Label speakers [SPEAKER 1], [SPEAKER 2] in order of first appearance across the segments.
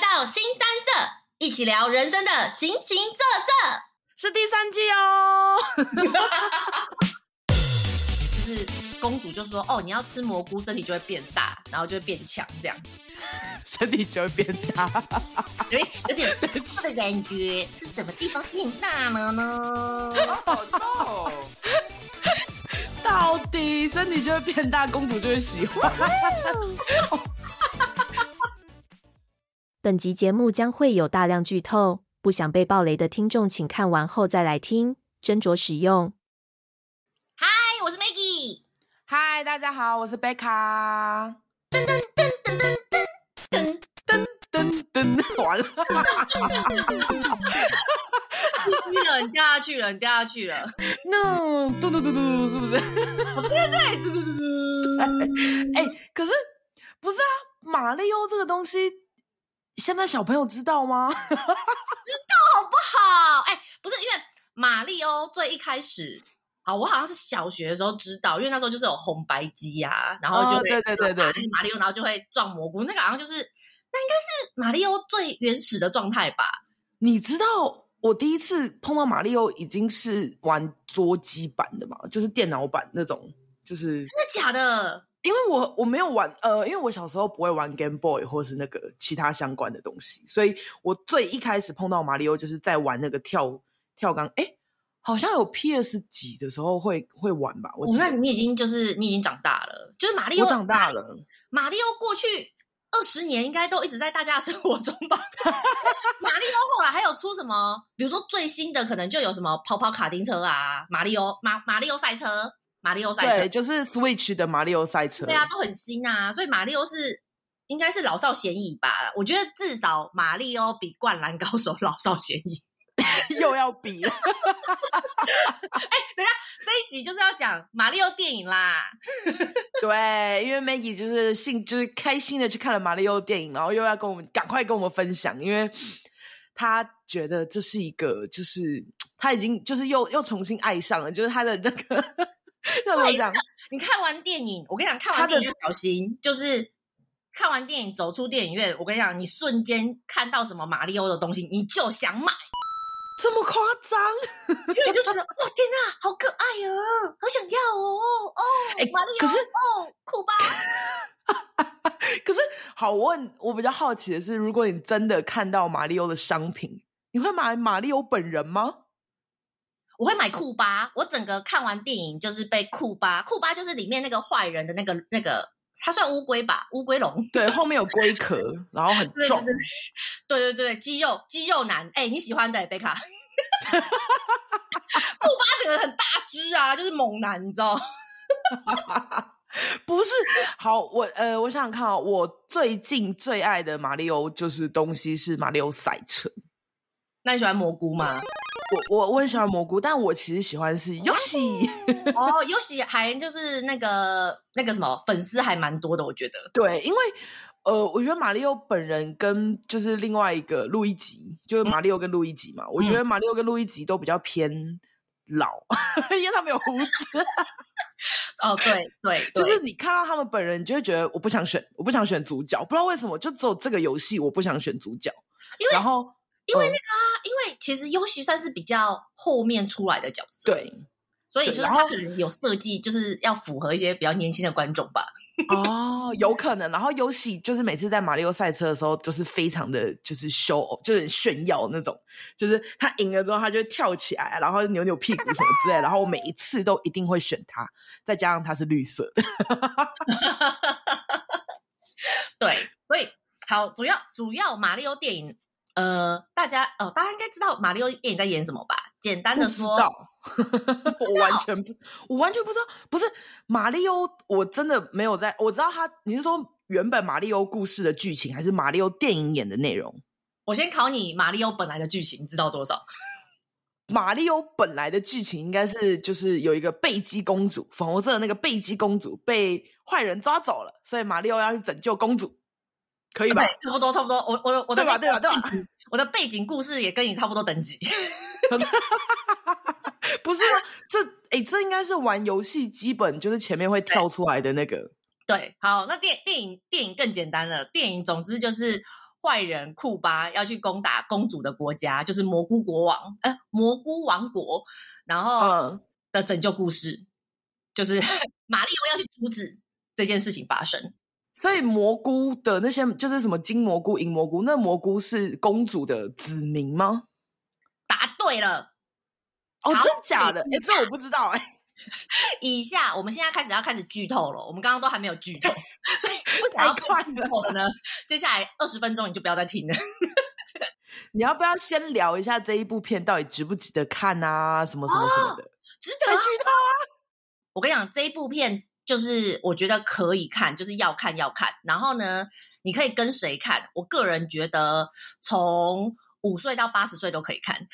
[SPEAKER 1] 到新三色，一起聊人生的形形色色。
[SPEAKER 2] 是第三季哦。
[SPEAKER 1] 就是公主就说：“哦，你要吃蘑菇，身体就会变大，然后就会变强，这样子，
[SPEAKER 2] 身体就会变大。
[SPEAKER 1] 有点哎有点这个感觉是什么地方变大了呢？
[SPEAKER 3] 好臭！
[SPEAKER 2] 到底身体就会变大，公主就会喜欢。
[SPEAKER 4] 本集节目将会有大量剧透，不想被暴雷的听众请看完后再来听，斟酌使用。
[SPEAKER 1] 嗨，我是 Maggie，
[SPEAKER 2] 嗨，大家好，我是贝卡。噔噔噔，完了，
[SPEAKER 1] 你了，你掉下去了，你掉下去了，
[SPEAKER 2] no，嘟嘟嘟嘟，是不是？
[SPEAKER 1] 哎，嘟嘟嘟嘟，
[SPEAKER 2] 哎、可是不是啊？马里奥这个东西，现在小朋友知道吗？
[SPEAKER 1] 好不好？哎，不是，因为马里欧最一开始。”啊，我好像是小学的时候知道，因为那时候就是有红白机呀、然后就
[SPEAKER 2] 哦
[SPEAKER 1] 会、
[SPEAKER 2] 对对对
[SPEAKER 1] 打
[SPEAKER 2] 对
[SPEAKER 1] 那个马里欧，然后就会撞蘑菇，那个好像就是那应该是马里欧最原始的状态吧？
[SPEAKER 2] 你知道我第一次碰到马里奥已经是玩桌机版的嘛，就是电脑版那种，就
[SPEAKER 1] 真
[SPEAKER 2] 是
[SPEAKER 1] 的假的？
[SPEAKER 2] 因为我我没有玩，呃，因为我小时候不会玩 Game Boy 或是那个其他相关的东西，所以我最一开始碰到马里奥就是在玩那个跳跳钢，诶，好像有 PS 几的时候会会玩吧，我
[SPEAKER 1] 哦
[SPEAKER 2] 记，
[SPEAKER 1] 那
[SPEAKER 2] 得
[SPEAKER 1] 你已经就是你已经长大了，就是哦马里
[SPEAKER 2] 我
[SPEAKER 1] 奥
[SPEAKER 2] 长大，了，
[SPEAKER 1] 马里奥哦过去二十年应该都一直在大家的生活中 吧。马里奥后来还有出什么？比如说最新的可能就有什么跑跑卡丁车啊，马里奥马马里奥哦赛车，马里奥赛
[SPEAKER 2] 对，
[SPEAKER 1] 车，
[SPEAKER 2] 就是 Switch 的马里奥赛车，
[SPEAKER 1] 对啊，都很新啊。所以马里奥是应该是老少咸宜吧？我觉得至少马里奥比灌篮高手老少咸宜。
[SPEAKER 2] 又要比了，
[SPEAKER 1] 这一集就是要讲马里奥电影啦。
[SPEAKER 2] 对，因为 Maggie 就是兴，就是开心的去看了马里奥电影，然后又要跟我们赶快跟我们分享，因为他觉得这是一个，就是他已经就是又又重新爱上了，就是他的那个 那怎么讲？
[SPEAKER 1] 你看完电影，我跟你讲，看
[SPEAKER 2] 他
[SPEAKER 1] 完
[SPEAKER 2] 的
[SPEAKER 1] 电影要小心，就是看完电影走出电影院，我跟你讲，你瞬间看到什么马里欧的东西，你就想买，
[SPEAKER 2] 这么夸张？
[SPEAKER 1] 因为你就觉得哇天哪，好可爱哦，好想要哦哦，
[SPEAKER 2] 哎
[SPEAKER 1] 马里
[SPEAKER 2] 可
[SPEAKER 1] 欧
[SPEAKER 2] 是
[SPEAKER 1] 哦，酷吧？
[SPEAKER 2] 可是好我问，我比较好奇的是，如果你真的看到马里奥的商品，你会买马里奥本人吗？
[SPEAKER 1] 我会买酷吧，我整个看完电影就是被酷吧，酷吧就是里面那个坏人的那个那个，它算乌龟吧，乌龟龙，
[SPEAKER 2] 对，后面有龟壳，然后很
[SPEAKER 1] 对
[SPEAKER 2] 重
[SPEAKER 1] 对。对对对，肌肉肌肉男，哎、你喜欢的、贝卡， 库巴整个很大只啊，就是猛男，你知道？
[SPEAKER 2] 不是，好，我呃，我想想看啊、我最近最爱的马里欧就是东西是马里欧赛车。
[SPEAKER 1] 那你喜欢蘑菇吗？
[SPEAKER 2] 我我我很喜欢蘑菇，但我其实喜欢是游戏。
[SPEAKER 1] 哦，尤其还就是那个那个什么粉丝还蛮多的，我觉得。
[SPEAKER 2] 对，因为呃，我觉得马里欧本人跟就是另外一个路易吉，就是马里欧跟路易吉嘛，我
[SPEAKER 1] 嗯
[SPEAKER 2] 觉得马里欧跟路易吉都比较偏老， 因为他们有胡子。
[SPEAKER 1] 哦，对对对，
[SPEAKER 2] 就是你看到他们本人，你就会觉得我不想选，我不想选主角，不知道为什么，就只有这个游戏我不想选主角。
[SPEAKER 1] 因为
[SPEAKER 2] 然后
[SPEAKER 1] 因为
[SPEAKER 2] 嗯
[SPEAKER 1] 那个啊，因为其实尤其算是比较后面出来的角色，，
[SPEAKER 2] 对，
[SPEAKER 1] 所以
[SPEAKER 2] 对
[SPEAKER 1] 就是
[SPEAKER 2] 然
[SPEAKER 1] 他
[SPEAKER 2] 后
[SPEAKER 1] 可能有设计，就是要符合一些比较年轻的观众吧。
[SPEAKER 2] 哦，有可能。然后尤喜就是每次在马里奥赛车的时候，就是非常的就是秀，就是很炫耀那种，就是他赢了之后，他就会跳起来，啊然后扭扭屁股什么之类的。然后我每一次都一定会选他，再加上他是绿色的，
[SPEAKER 1] 对，所以好，主要主要马里奥电影，呃，大家哦，大家应该知道马里奥电影在演什么吧？简单的
[SPEAKER 2] 不知
[SPEAKER 1] 说，
[SPEAKER 2] 道。我完全不，我完全不知道。不是马里奥，我真的没有在。我知道他，你是说原本马里奥故事的剧情，还是马里奥电影演的内容？
[SPEAKER 1] 我先考你马里奥本来的剧情，知道多少？
[SPEAKER 2] 马里欧本来的剧情应该是就是有一个贝基公主，粉红色的那个贝基公主被坏人抓走了，所以马里欧要去拯救公主，可以吧？
[SPEAKER 1] 差不多，差不多。我我的我的
[SPEAKER 2] 对吧？对吧？对吧？
[SPEAKER 1] 我的背景故事也跟你差不多等级。
[SPEAKER 2] 不是吗？这诶，这应该是玩游戏基本就是前面会跳出来的那个
[SPEAKER 1] 对，好，那电电影电影更简单了。电影总之就是坏人库巴要去攻打公主的国家，就是蘑菇国王，呃，蘑菇王国，然后
[SPEAKER 2] 嗯
[SPEAKER 1] 的拯救故事，就是 马里奥要去阻止这件事情发生。
[SPEAKER 2] 所以蘑菇的那些就是什么金蘑菇、银蘑菇，那蘑菇是公主的子民吗？
[SPEAKER 1] 答对了，
[SPEAKER 2] 哦，
[SPEAKER 1] 好
[SPEAKER 2] 真假的？哎、
[SPEAKER 1] 对
[SPEAKER 2] 这我不知道哎、
[SPEAKER 1] 以下我们现在开始要开始剧透了，我们刚刚都还没有剧透，所以不想要
[SPEAKER 2] 太快
[SPEAKER 1] 被剧透的呢，接下来二十分钟你就不要再听了。
[SPEAKER 2] 你要不要先聊一下这一部片到底值不值得看啊？什么什么什么的？
[SPEAKER 1] 值
[SPEAKER 2] 再
[SPEAKER 1] 得啊
[SPEAKER 2] 剧透啊！
[SPEAKER 1] 我跟你讲，这一部片就是我觉得可以看，就是要看要看。然后呢，你可以跟谁看？我个人觉得从五岁到八十岁都可以看。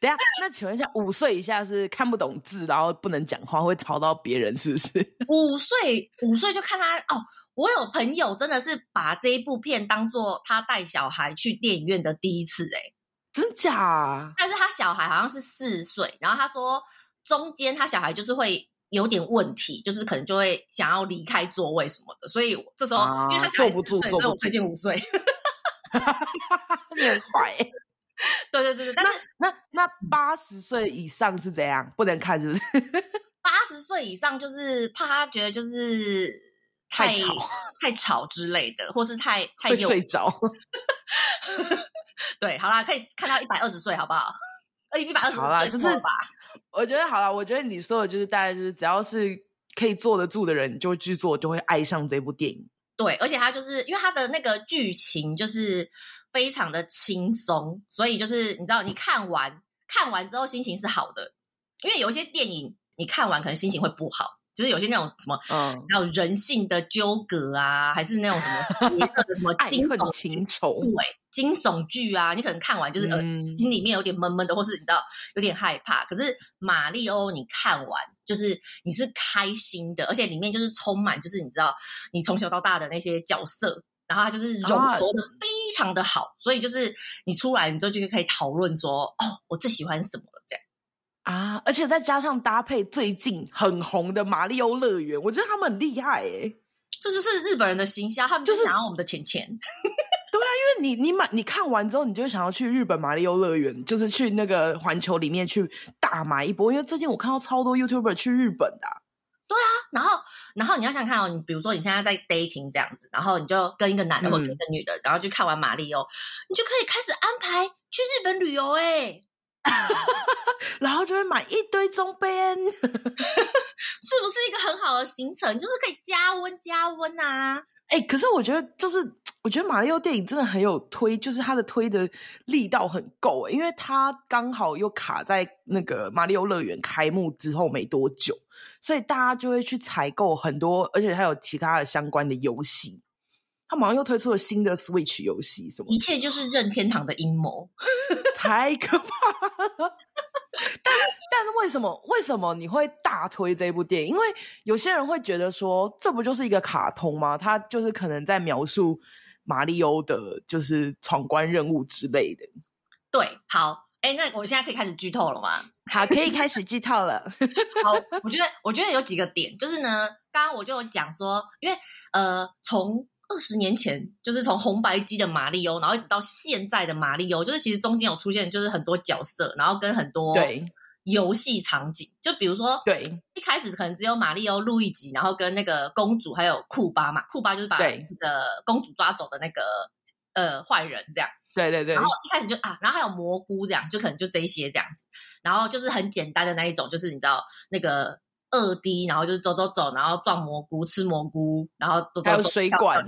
[SPEAKER 2] 等一下，那请问一下，五岁以下是看不懂字，然后不能讲话，会吵到别人，是不是？
[SPEAKER 1] 五岁五岁就看他哦。我有朋友真的是把这一部片当做他带小孩去电影院的第一次诶、欸
[SPEAKER 2] 真假啊？
[SPEAKER 1] 但是他小孩好像是四岁，然后他说中间他小孩就是会有点问题，就是可能就会想要离开座位什么的，所以这时候、
[SPEAKER 2] 啊
[SPEAKER 1] 因为他小孩
[SPEAKER 2] 坐不住
[SPEAKER 1] 4岁所
[SPEAKER 2] 坐不
[SPEAKER 1] 以我
[SPEAKER 2] 住
[SPEAKER 1] 推荐五岁。
[SPEAKER 2] 你很坏、欸。
[SPEAKER 1] 对对对对，但是
[SPEAKER 2] 那那八十岁以上是怎样？不能看，是不是？
[SPEAKER 1] 八十岁以上就是怕他觉得就是
[SPEAKER 2] 太
[SPEAKER 1] 太
[SPEAKER 2] 吵、
[SPEAKER 1] 太吵之类的，或是太太
[SPEAKER 2] 会
[SPEAKER 1] 幼
[SPEAKER 2] 睡着。
[SPEAKER 1] 对，好啦，可以看到一百二十岁，好不好？呃，一百二十
[SPEAKER 2] 好啦
[SPEAKER 1] 岁
[SPEAKER 2] 就是
[SPEAKER 1] 错了吧，
[SPEAKER 2] 我觉得好了，我觉得你说的就是大概就是只要是可以坐得住的人，你就会去做，就会爱上这部电影。
[SPEAKER 1] 对，而且他就是因为他的那个剧情就是非常的轻松，所以就是你知道，你看完看完之后心情是好的，因为有一些电影你看完可能心情会不好，就是有些那种什么。
[SPEAKER 2] 嗯，
[SPEAKER 1] 还有人性的纠葛啊，还是那种什么邪恶的什么
[SPEAKER 2] 爱
[SPEAKER 1] 惊
[SPEAKER 2] 恨
[SPEAKER 1] 悚
[SPEAKER 2] 情仇
[SPEAKER 1] 对，惊悚剧啊，你可能看完就是呃，
[SPEAKER 2] 嗯
[SPEAKER 1] 心里面有点闷闷的，或是你知道有点害怕。可是马里欧你看完就是你是开心的，而且里面就是充满就是你知道你从小到大的那些角色，然后它就是融
[SPEAKER 2] 啊
[SPEAKER 1] 合的非常的好，所以就是你出来你之后就可以讨论说哦，我最喜欢什么了这样。
[SPEAKER 2] 啊！而且再加上搭配最近很红的《马里欧乐园》，我觉得他们很厉害欸诶、
[SPEAKER 1] 这就是日本人的行销，他们就
[SPEAKER 2] 就是是
[SPEAKER 1] 想要我们的钱钱。
[SPEAKER 2] 因为你你买你看完之后，你就会想要去日本马里欧乐园，就是去那个环球里面去大买一波。因为最近我看到超多 YouTuber 去日本的啊、
[SPEAKER 1] 然后，然后你要想看哦，你比如说你现在在 dating 这样子，然后你就跟一个男的
[SPEAKER 2] 嗯
[SPEAKER 1] 或者跟一个女的，然后去看完马里奥，你就可以开始安排去日本旅游哎、
[SPEAKER 2] 然后就会买一堆周边。
[SPEAKER 1] 是不是一个很好的行程？就是可以加温加温啊！
[SPEAKER 2] 哎、可是我觉得就是，我觉得马里奥电影真的很有推，就是它的推的力道很够、欸因为它刚好又卡在那个马里奥乐园开幕之后没多久，所以大家就会去采购很多，而且还有其他的相关的游戏。他马上又推出了新的 Switch 游戏，什么
[SPEAKER 1] 一切就是任天堂的阴谋。
[SPEAKER 2] 太可怕了！ 但但为什么为什么你会大推这部电影？因为有些人会觉得说，这不就是一个卡通吗？它就是可能在描述马里欧的，就是闯关任务之类的。
[SPEAKER 1] 对，好，哎，那我现在可以开始剧透了吗？
[SPEAKER 2] 好，可以开始剧透 了。
[SPEAKER 1] 好，我觉得我觉得有几个点，就是呢，刚刚我就有讲说，因为呃，从二十年前，就是从红白机的马里欧，然后一直到现在的马里欧，就是其实中间有出现就是很多角色，然后跟很多
[SPEAKER 2] 对
[SPEAKER 1] 游戏场景，就比如说
[SPEAKER 2] 对
[SPEAKER 1] 一开始可能只有马里欧路易吉，然后跟那个公主还有库巴嘛，库巴就是把
[SPEAKER 2] 对
[SPEAKER 1] 那个公主抓走的那个呃坏人这样。
[SPEAKER 2] 对对对
[SPEAKER 1] 然，后一开始就啊，然后还有蘑菇这样，就可能就这一些这样子，然后就是很简单的那一种，就是你知道那个二 D，然后就是走走走，然后撞蘑菇，吃蘑菇，然后走走走，
[SPEAKER 2] 还有水管、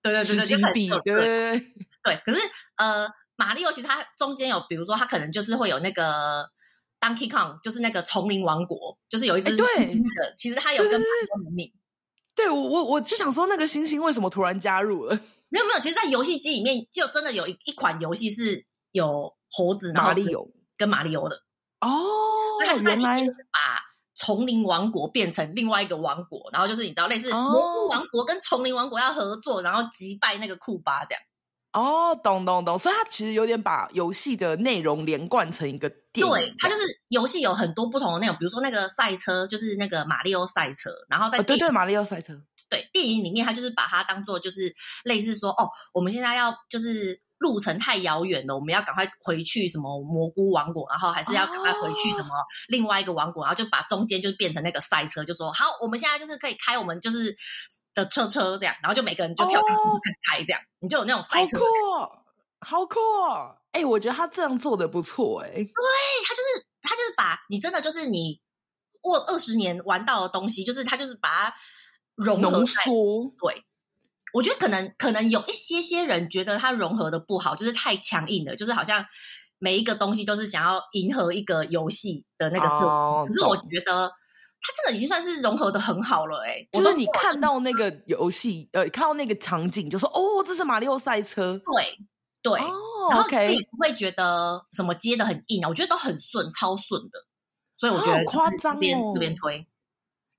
[SPEAKER 1] 对对对
[SPEAKER 2] 吃
[SPEAKER 1] 对，
[SPEAKER 2] 金
[SPEAKER 1] 就很
[SPEAKER 2] 币，
[SPEAKER 1] 热
[SPEAKER 2] 对
[SPEAKER 1] 对
[SPEAKER 2] 对对。
[SPEAKER 1] 对。可是呃，马里奥其实它中间有，比如说它可能就是会有那个 Donkey Kong，就是那个丛林王国，就是有一只
[SPEAKER 2] 哎对
[SPEAKER 1] 猩猩的，其实它有跟
[SPEAKER 2] 对
[SPEAKER 1] 马
[SPEAKER 2] 对
[SPEAKER 1] 里奥联名。
[SPEAKER 2] 对我我我就想说，那个星星为什么突然加入了
[SPEAKER 1] 没有没有，其实，在游戏机里面就真的有一一款游戏是有猴子然后
[SPEAKER 2] 马里
[SPEAKER 1] 跟
[SPEAKER 2] 欧？
[SPEAKER 1] 跟马里奥的，
[SPEAKER 2] 哦
[SPEAKER 1] 所以他，就在
[SPEAKER 2] 原
[SPEAKER 1] 里面
[SPEAKER 2] 来
[SPEAKER 1] 就是把丛林王国变成另外一个王国，然后就是你知道类似
[SPEAKER 2] 哦
[SPEAKER 1] 蘑菇王国跟丛林王国要合作，然后击败那个库巴这样。
[SPEAKER 2] 哦，懂懂懂，所以它其实有点把游戏的内容连贯成一个电影这
[SPEAKER 1] 对
[SPEAKER 2] 样，，
[SPEAKER 1] 它就是游戏有很多不同的内容，比如说那个赛车就是那个马里奥赛车，然后在
[SPEAKER 2] 哦、对
[SPEAKER 1] 电
[SPEAKER 2] 对马里奥赛车，
[SPEAKER 1] 对，电影里面他就是把它当做就是类似说，哦，我们现在要就是路程太遥远了，我们要赶快回去什么蘑菇王国，然后还是要赶快回去什么
[SPEAKER 2] 哦
[SPEAKER 1] 另外一个王国，然后就把中间就变成那个赛车，就说好，我们现在就是可以开我们就是的车车这样，然后就每个人就跳上去
[SPEAKER 2] 哦
[SPEAKER 1] 开这样，你就有那种
[SPEAKER 2] 好
[SPEAKER 1] 赛车
[SPEAKER 2] 酷、哦，好酷、哦！哎、我觉得他这样做的不错、哎，
[SPEAKER 1] 对他就是他就是把你真的就是你过二十年玩到的东西，就是他就是把它融合
[SPEAKER 2] 浓
[SPEAKER 1] 在。
[SPEAKER 2] 缩，
[SPEAKER 1] 对，我觉得可能可能有一些些人觉得它融合的不好，就是太强硬了，就是好像每一个东西都是想要迎合一个游戏的那个思维。
[SPEAKER 2] 哦
[SPEAKER 1] 可是我
[SPEAKER 2] 懂
[SPEAKER 1] 觉得它这个已经算是融合的很好了、欸，哎，
[SPEAKER 2] 就
[SPEAKER 1] 我
[SPEAKER 2] 是
[SPEAKER 1] 都
[SPEAKER 2] 你看到那个游戏，呃，看到那个场景，就说哦，这是马里奥赛车，
[SPEAKER 1] 对对。
[SPEAKER 2] 哦
[SPEAKER 1] 然后你
[SPEAKER 2] ，OK，
[SPEAKER 1] 也不会觉得什么接的很硬啊，我觉得都很顺，超顺的，所以我
[SPEAKER 2] 啊
[SPEAKER 1] 觉得
[SPEAKER 2] 好
[SPEAKER 1] 就是
[SPEAKER 2] 夸张
[SPEAKER 1] 这边
[SPEAKER 2] 哦
[SPEAKER 1] 这边推，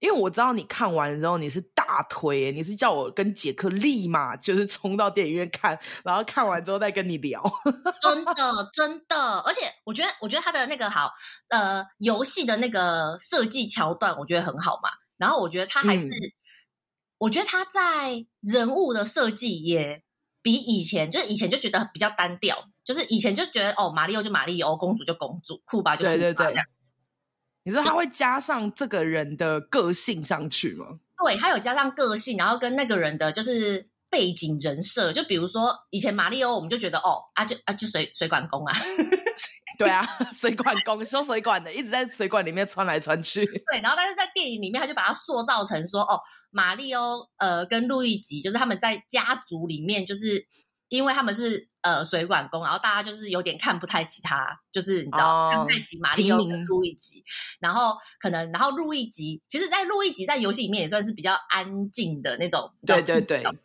[SPEAKER 2] 因为我知道你看完之后你是大推、你是叫我跟杰克立马就是冲到电影院看，然后看完之后再跟你聊。
[SPEAKER 1] 真的真的，而且我觉得，我觉得他的那个好，呃，游戏的那个设计桥段，我觉得很好嘛。然后我觉得他还
[SPEAKER 2] 嗯
[SPEAKER 1] 是，我觉得他在人物的设计也比以前，就是以前就觉得比较单调，就是以前就觉得哦，马里奥就马里奥，公主就公主，库巴就库巴
[SPEAKER 2] 对
[SPEAKER 1] 这
[SPEAKER 2] 对
[SPEAKER 1] 样。
[SPEAKER 2] 对，你说他会加上这个人的个性上去吗？
[SPEAKER 1] 对，他有加上个性，然后跟那个人的就是背景人设，就比如说以前马里奥，我们就觉得哦，啊就啊就水水管工啊，
[SPEAKER 2] 对啊， 水管工修水管的，一直在水管里面穿来穿去。
[SPEAKER 1] 对，然后但是在电影里面，他就把它塑造成说，哦，马里欧呃跟路易吉就是他们在家族里面，就是因为他们是呃水管工，然后大家就是有点看不太起他，就是你知道、看
[SPEAKER 2] 哦
[SPEAKER 1] 不太起马里欧
[SPEAKER 2] 平
[SPEAKER 1] 跟
[SPEAKER 2] 民
[SPEAKER 1] 路易吉，然后可能然后路易吉，其实，在路易吉在游戏里面也算是比较安静的那种，
[SPEAKER 2] 对
[SPEAKER 1] 比较
[SPEAKER 2] 对
[SPEAKER 1] 低
[SPEAKER 2] 对
[SPEAKER 1] 调的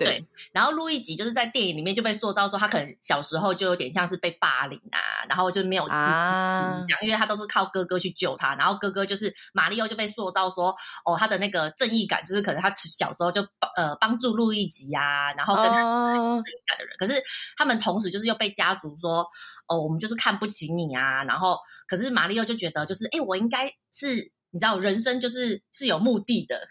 [SPEAKER 1] 对，然后路易吉就是在电影里面就被塑造说，他可能小时候就有点像是被霸凌啊，然后就没有自
[SPEAKER 2] 啊
[SPEAKER 1] 嗯，这样因为他都是靠哥哥去救他，然后哥哥就是马里奥就被塑造说，哦，他的那个正义感就是可能他小时候就帮呃帮助路易吉啊，然后跟他
[SPEAKER 2] 哦
[SPEAKER 1] 正义感的人，可是他们同时就是又被家族说，哦，我们就是看不起你啊，然后可是马里奥就觉得就是，哎，我应该是你知道，人生就是是有目的的，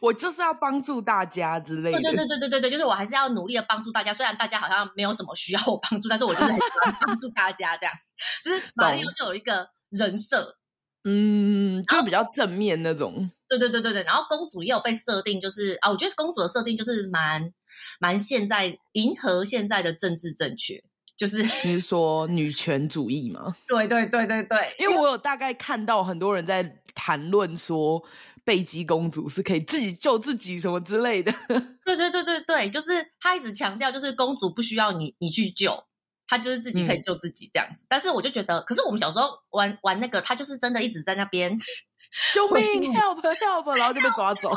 [SPEAKER 2] 我就是要帮助大家之类的。
[SPEAKER 1] 对对对对对对对，就是我还是要努力的帮助大家。虽然大家好像没有什么需要我帮助，但是我就是很喜欢帮助大家这样。就是马里奥
[SPEAKER 2] 懂
[SPEAKER 1] 就有一个人设，
[SPEAKER 2] 嗯，
[SPEAKER 1] 啊
[SPEAKER 2] 就比较正面那种。
[SPEAKER 1] 对对对对对。然后公主也有被设定，就是啊，我觉得公主的设定就是蛮蛮现在迎合现在的政治正确，就是
[SPEAKER 2] 你是说女权主义吗？
[SPEAKER 1] 对对对对对，
[SPEAKER 2] 因为我有大概看到很多人在谈论说，贝基公主是可以自己救自己什么之类的。
[SPEAKER 1] 对对对对对，就是他一直强调，就是公主不需要你你去救，她就是自己可以
[SPEAKER 2] 嗯
[SPEAKER 1] 救自己这样子。但是我就觉得，可是我们小时候玩玩那个，她就是真的一直在那边。
[SPEAKER 2] 救命！Help help！然后就被抓走。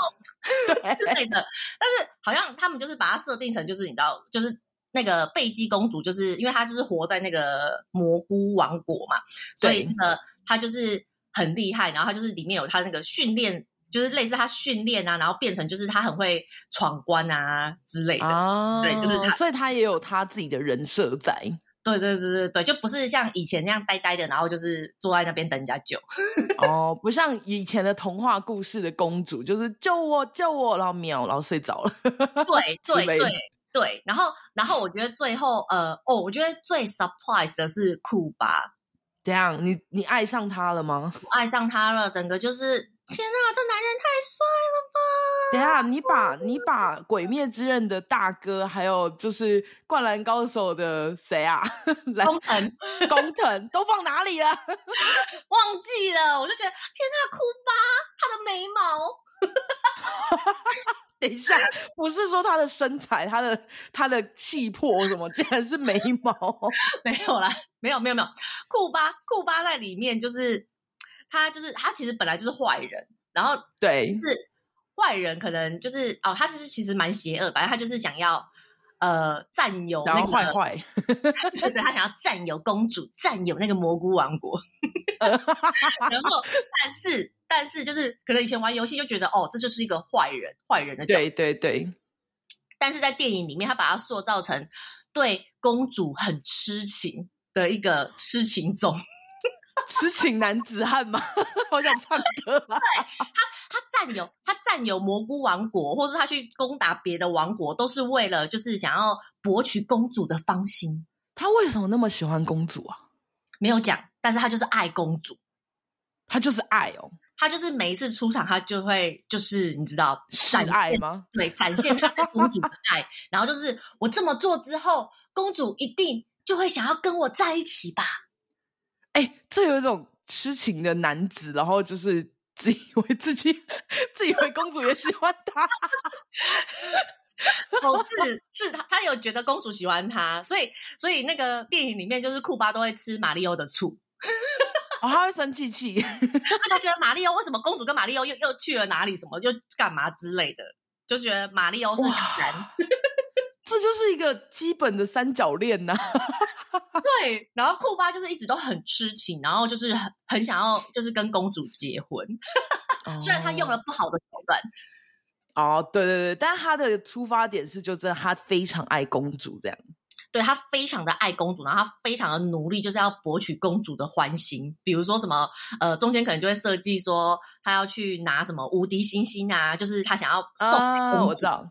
[SPEAKER 1] 之类的。但是好像他们就是把它设定成，就是你知道，就是那个贝基公主，就是因为她就是活在那个蘑菇王国嘛，所以
[SPEAKER 2] 对
[SPEAKER 1] 那个她就是很厉害，然后她就是里面有她那个训练。就是类似她训练啊，然后变成就是她很会闯关啊之类的，
[SPEAKER 2] 啊
[SPEAKER 1] 对就是他
[SPEAKER 2] 所以他也有他自己的人设 在。
[SPEAKER 1] 对对对对对，就不是像以前那样呆呆的，然后就是坐在那边等人家救。
[SPEAKER 2] 哦，不像以前的童话故事的公主，就是救我救我，然后秒，然后睡着了。
[SPEAKER 1] 对
[SPEAKER 2] 之
[SPEAKER 1] 对
[SPEAKER 2] 类
[SPEAKER 1] 对
[SPEAKER 2] 的
[SPEAKER 1] 对，然后然后我觉得最后呃哦，我觉得最 surprise 的是库巴，
[SPEAKER 2] 怎样？你你爱上他了吗？
[SPEAKER 1] 我爱上他了，整个就是天啊，这男人太帅了吧！
[SPEAKER 2] 等一下，你把你把《鬼灭之刃》的大哥，还有就是《灌篮高手》的谁啊？ 来
[SPEAKER 1] 工藤
[SPEAKER 2] 工藤都放哪里了？
[SPEAKER 1] 忘记了，我就觉得天啊，库巴他的眉毛，
[SPEAKER 2] 等一下，不是说他的身材、他的他的气魄什么，竟然是眉毛。
[SPEAKER 1] 没有啦，没有没有没有，库巴库巴在里面就是他就是他其实本来就是坏人，然后
[SPEAKER 2] 对，
[SPEAKER 1] 坏人可能就是哦，他就是其实蛮邪恶，反正他就是想要呃占有
[SPEAKER 2] 然
[SPEAKER 1] 那
[SPEAKER 2] 后
[SPEAKER 1] 个，
[SPEAKER 2] 坏坏，
[SPEAKER 1] 对对，他想要占有公主，占有那个蘑菇王国。 然后，但是但是就是可能以前玩游戏就觉得哦，这就是一个坏人，坏人的角色。
[SPEAKER 2] 对对对，
[SPEAKER 1] 但是在电影里面，他把它塑造成对公主很痴情的一个痴情种。
[SPEAKER 2] 痴情男子汉嘛，好想唱歌啊！
[SPEAKER 1] 他占有他占有蘑菇王国，或是他去攻打别的王国，都是为了就是想要博取公主的芳心。
[SPEAKER 2] 他为什么那么喜欢公主啊？
[SPEAKER 1] 没有讲，但是他就是爱公主，
[SPEAKER 2] 他就是爱哦，
[SPEAKER 1] 他就是每一次出场，他就会就是你知道
[SPEAKER 2] 是
[SPEAKER 1] 展
[SPEAKER 2] 爱
[SPEAKER 1] 现
[SPEAKER 2] 吗？
[SPEAKER 1] 对展现他对公主的爱，然后就是我这么做之后，公主一定就会想要跟我在一起吧。
[SPEAKER 2] 哎、这有一种痴情的男子，然后就是自以为自己自以为公主也喜欢他，
[SPEAKER 1] 哦，是是，他他有觉得公主喜欢他，所以所以那个电影里面就是库巴都会吃马里欧的醋，
[SPEAKER 2] 哦，他会生气气。
[SPEAKER 1] 他就觉得马里欧为什么公主跟马里欧又又去了哪里，什么又干嘛之类的，就觉得马里欧是小三，
[SPEAKER 2] 这就是一个基本的三角恋呐、
[SPEAKER 1] 对，然后库巴就是一直都很痴情，然后就是很很想要就是跟公主结婚， 虽然他用了不好的手段，
[SPEAKER 2] 哦，对对对，但他的出发点是就真的他非常爱公主这样。
[SPEAKER 1] 对他非常的爱公主，然后他非常的努力，就是要博取公主的欢心。比如说什么，呃，中间可能就会设计说他要去拿什么无敌星星啊，就是他想要送给
[SPEAKER 2] 啊，
[SPEAKER 1] 公
[SPEAKER 2] 我
[SPEAKER 1] 主，
[SPEAKER 2] 知道。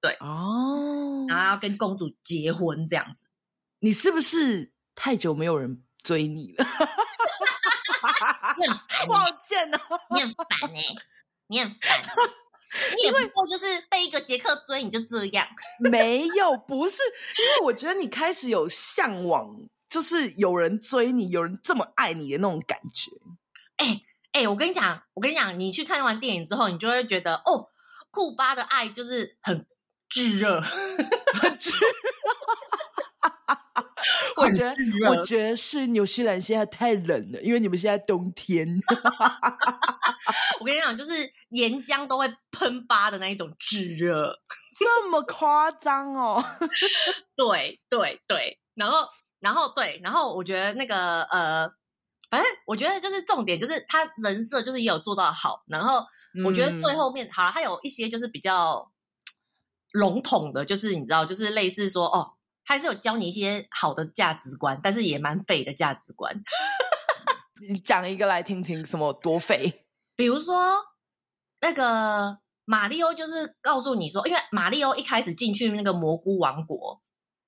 [SPEAKER 1] 对
[SPEAKER 2] 哦，
[SPEAKER 1] 然后要跟公主结婚这 样子。
[SPEAKER 2] 你是不是太久没有人追你了？
[SPEAKER 1] 你很烦
[SPEAKER 2] 我好贱哦！
[SPEAKER 1] 你很烦呢、你很烦，你也不过就是被一个杰克追，你就这样。
[SPEAKER 2] 没有，不是，因为我觉得你开始有向往，就是有人追你，有人这么爱你的那种感觉。
[SPEAKER 1] 哎、我跟你讲，我跟你讲，你去看完电影之后，你就会觉得哦，库巴的爱就是很炙热，
[SPEAKER 2] 我觉得
[SPEAKER 1] 很炙，
[SPEAKER 2] 我
[SPEAKER 1] 热
[SPEAKER 2] 觉得是纽西兰现在太冷了，因为你们现在冬天。
[SPEAKER 1] 我跟你讲，就是岩浆都会喷发的那一种炙热。
[SPEAKER 2] 这么夸张哦？
[SPEAKER 1] 对对对，然后然后对，然后我觉得那个呃，反正我觉得就是重点就是他人设就是也有做到好，然后我觉得
[SPEAKER 2] 嗯
[SPEAKER 1] 最后面、好了，他有一些就是比较笼统的，就是你知道，就是类似说哦。还是有教你一些好的价值观，但是也蛮废的价值观。
[SPEAKER 2] 你讲一个来听听，什么多肥？
[SPEAKER 1] 比如说那个马里欧，就是告诉你说，因为马里欧一开始进去那个蘑菇王国，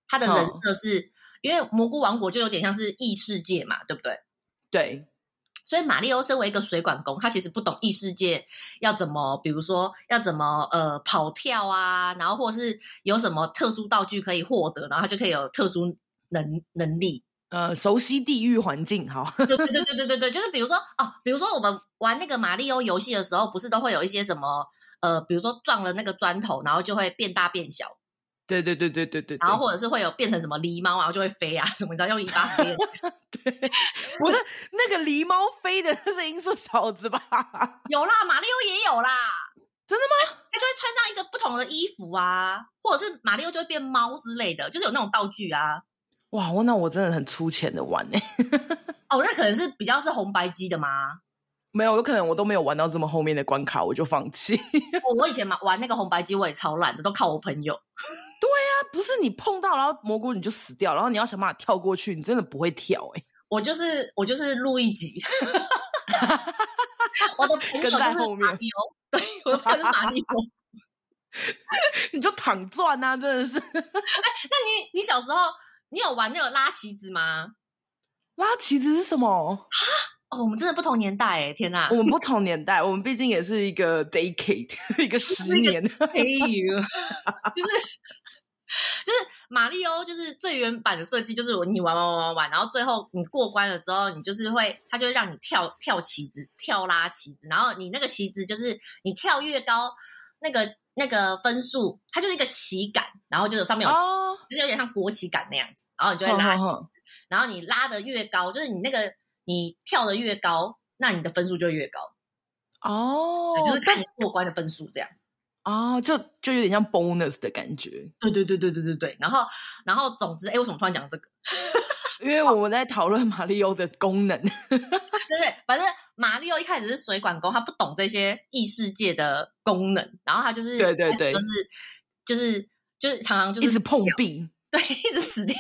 [SPEAKER 1] 他的人
[SPEAKER 2] 嗯
[SPEAKER 1] 设是、因为蘑菇王国就有点像是异世界嘛，对不对？
[SPEAKER 2] 对，
[SPEAKER 1] 所以马里欧身为一个水管工，他其实不懂异世界要怎么，比如说要怎么呃跑跳啊，然后或是有什么特殊道具可以获得，然后他就可以有特殊能能力。
[SPEAKER 2] 呃，熟悉地域环境，好，
[SPEAKER 1] 对对对对对对对，就是比如说哦，比如说我们玩那个马里奥游戏的时候，不是都会有一些什么呃，比如说撞了那个砖头，然后就会变大变小，
[SPEAKER 2] 对对对对对对，
[SPEAKER 1] 然后或者是会有变成什么狸猫啊，然后就会飞啊，什么你知道用尾巴飞的。
[SPEAKER 2] 不是那个狸猫飞的那是音速小子吧？
[SPEAKER 1] 有啦，马里奥也有啦，
[SPEAKER 2] 真的
[SPEAKER 1] 吗？他就会穿上一个不同的衣服啊，或者是马里奥就会变猫之类的，就是有那种道具啊。
[SPEAKER 2] 哇，我那我真的很粗浅的玩哎、
[SPEAKER 1] 哦，那可能是比较是红白机的吗？
[SPEAKER 2] 没有，有可能我都没有玩到这么后面的关卡，我就放弃。
[SPEAKER 1] 我我以前嘛玩那个红白机，我也超烂的，都靠我朋友。
[SPEAKER 2] 那不是你碰到然后蘑菇你就死掉，然后你要想办法跳过去，你真的不会跳哎、
[SPEAKER 1] 我就是我就是录一 集， 我的朋友
[SPEAKER 2] 跟在
[SPEAKER 1] 就是
[SPEAKER 2] 后面
[SPEAKER 1] 马里欧，对，我的朋友是哦马里欧。
[SPEAKER 2] 你就躺转啊，真的是
[SPEAKER 1] 那你你小时候你有玩那个拉旗子吗？
[SPEAKER 2] 拉旗子是什么？
[SPEAKER 1] 哦，我们真的不同年代哎，天哪
[SPEAKER 2] 我！们不同年代，我们毕竟也是一个 decade，一 个十年。
[SPEAKER 1] 哎呦， 就是就是马里欧，就是最原版的设计，就是我你玩玩玩玩玩，然后最后你过关了之后，你就是会，它就会让你跳跳旗子，跳拉旗子，然后你那个旗子就是你跳越高，那个那个分数，它就是一个旗杆，然后就是上面有旗，
[SPEAKER 2] 哦，
[SPEAKER 1] 就是有点像国旗杆那样子，然后你就会拉旗，然后你拉的越高，就是你那个你跳的越高，那你的分数就越高，
[SPEAKER 2] 哦，
[SPEAKER 1] 就是看你过关的分数这样。
[SPEAKER 2] 哦，就就有点像 bonus 的感觉，
[SPEAKER 1] 对对对对对对对，然后然后总之，哎，为什么突然讲这个？
[SPEAKER 2] 因为我们在讨论马里奥的功能。
[SPEAKER 1] 对对，反正马里奥一开始是水管工，他不懂这些异世界的功能，然后他就是
[SPEAKER 2] 对对
[SPEAKER 1] 一开始
[SPEAKER 2] 对
[SPEAKER 1] 就是就是就是常常就
[SPEAKER 2] 一
[SPEAKER 1] 是
[SPEAKER 2] 直碰
[SPEAKER 1] 死掉
[SPEAKER 2] 壁。
[SPEAKER 1] 对，一直死掉。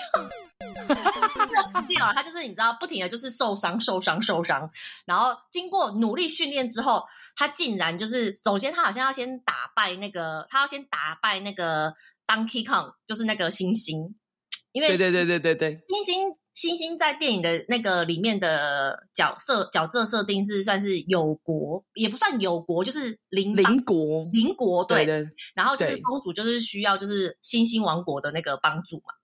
[SPEAKER 1] 死掉了，他就是你知道，不停的就是受伤、受伤、受伤，然后经过努力训练之后，他竟然就是首先他好像要先打败那个，他要先打败那个 Donkey Kong，就是那个猩猩，因为
[SPEAKER 2] 对对对对对对，
[SPEAKER 1] 星星星星在电影的那个里面的角色角色设定是算是有国，也不算有国，就是邻邦
[SPEAKER 2] 邻国，
[SPEAKER 1] 邻国对
[SPEAKER 2] 对的，
[SPEAKER 1] 然后就是
[SPEAKER 2] 对
[SPEAKER 1] 公主就是需要就是星星王国的那个帮助嘛，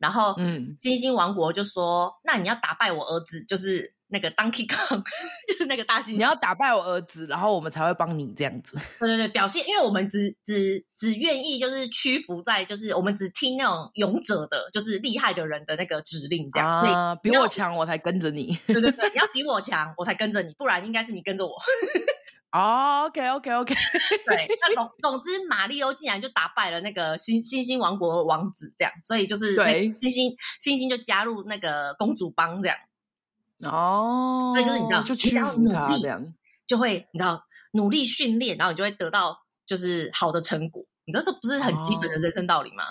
[SPEAKER 1] 然后
[SPEAKER 2] 嗯，
[SPEAKER 1] 星星王国就说：“那你要打败我儿子，就是那个 Donkey Kong，就是 那个大猩猩。
[SPEAKER 2] 你要打败我儿子，然后我们才会帮你这样子。
[SPEAKER 1] 对对对，表现，因为我们只只只愿意就是屈服在，就是我们只听那种勇者的，就是厉害的人的那个指令这样。所以
[SPEAKER 2] 啊，比
[SPEAKER 1] 你要
[SPEAKER 2] 我强，我才跟 着你。
[SPEAKER 1] 对对对，你要比我强，我才跟着你，不然应该是你跟着我。
[SPEAKER 2] 哦，OK，OK，OK，
[SPEAKER 1] 对，那总总之，马里欧竟然就打败了那个星星星王国王子，这样，所以就是那
[SPEAKER 2] 对
[SPEAKER 1] 星星星星就加入那个公主帮，这样
[SPEAKER 2] 哦，
[SPEAKER 1] 所以就是你知道
[SPEAKER 2] 就
[SPEAKER 1] 你只
[SPEAKER 2] 屈
[SPEAKER 1] 要
[SPEAKER 2] 服他
[SPEAKER 1] 努力
[SPEAKER 2] 这样。
[SPEAKER 1] 就会你知道努力训练，然后你就会得到就是好的成果。你知道这不是很基本的
[SPEAKER 2] 哦
[SPEAKER 1] 人生道理吗？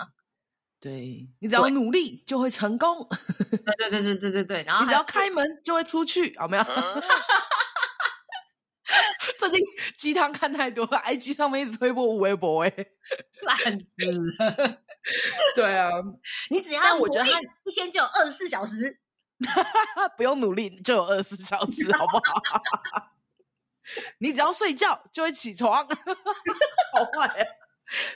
[SPEAKER 2] 对你只要
[SPEAKER 1] 对啊
[SPEAKER 2] 努力就会成功，
[SPEAKER 1] 对 对对对对对对，然后
[SPEAKER 2] 你只
[SPEAKER 1] 还
[SPEAKER 2] 要开门就会出去，有没有？
[SPEAKER 1] 啊
[SPEAKER 2] 最近鸡汤看太多了，IG 上面一直推播无微博哎。
[SPEAKER 1] 烂死了。
[SPEAKER 2] 对啊，
[SPEAKER 1] 你只要
[SPEAKER 2] 但我觉得
[SPEAKER 1] 努力
[SPEAKER 2] 他
[SPEAKER 1] 一天就有二十四小时，
[SPEAKER 2] 啊不用努力就有二十四小时，好不好？ 你只要睡觉就会起床， 好坏啊、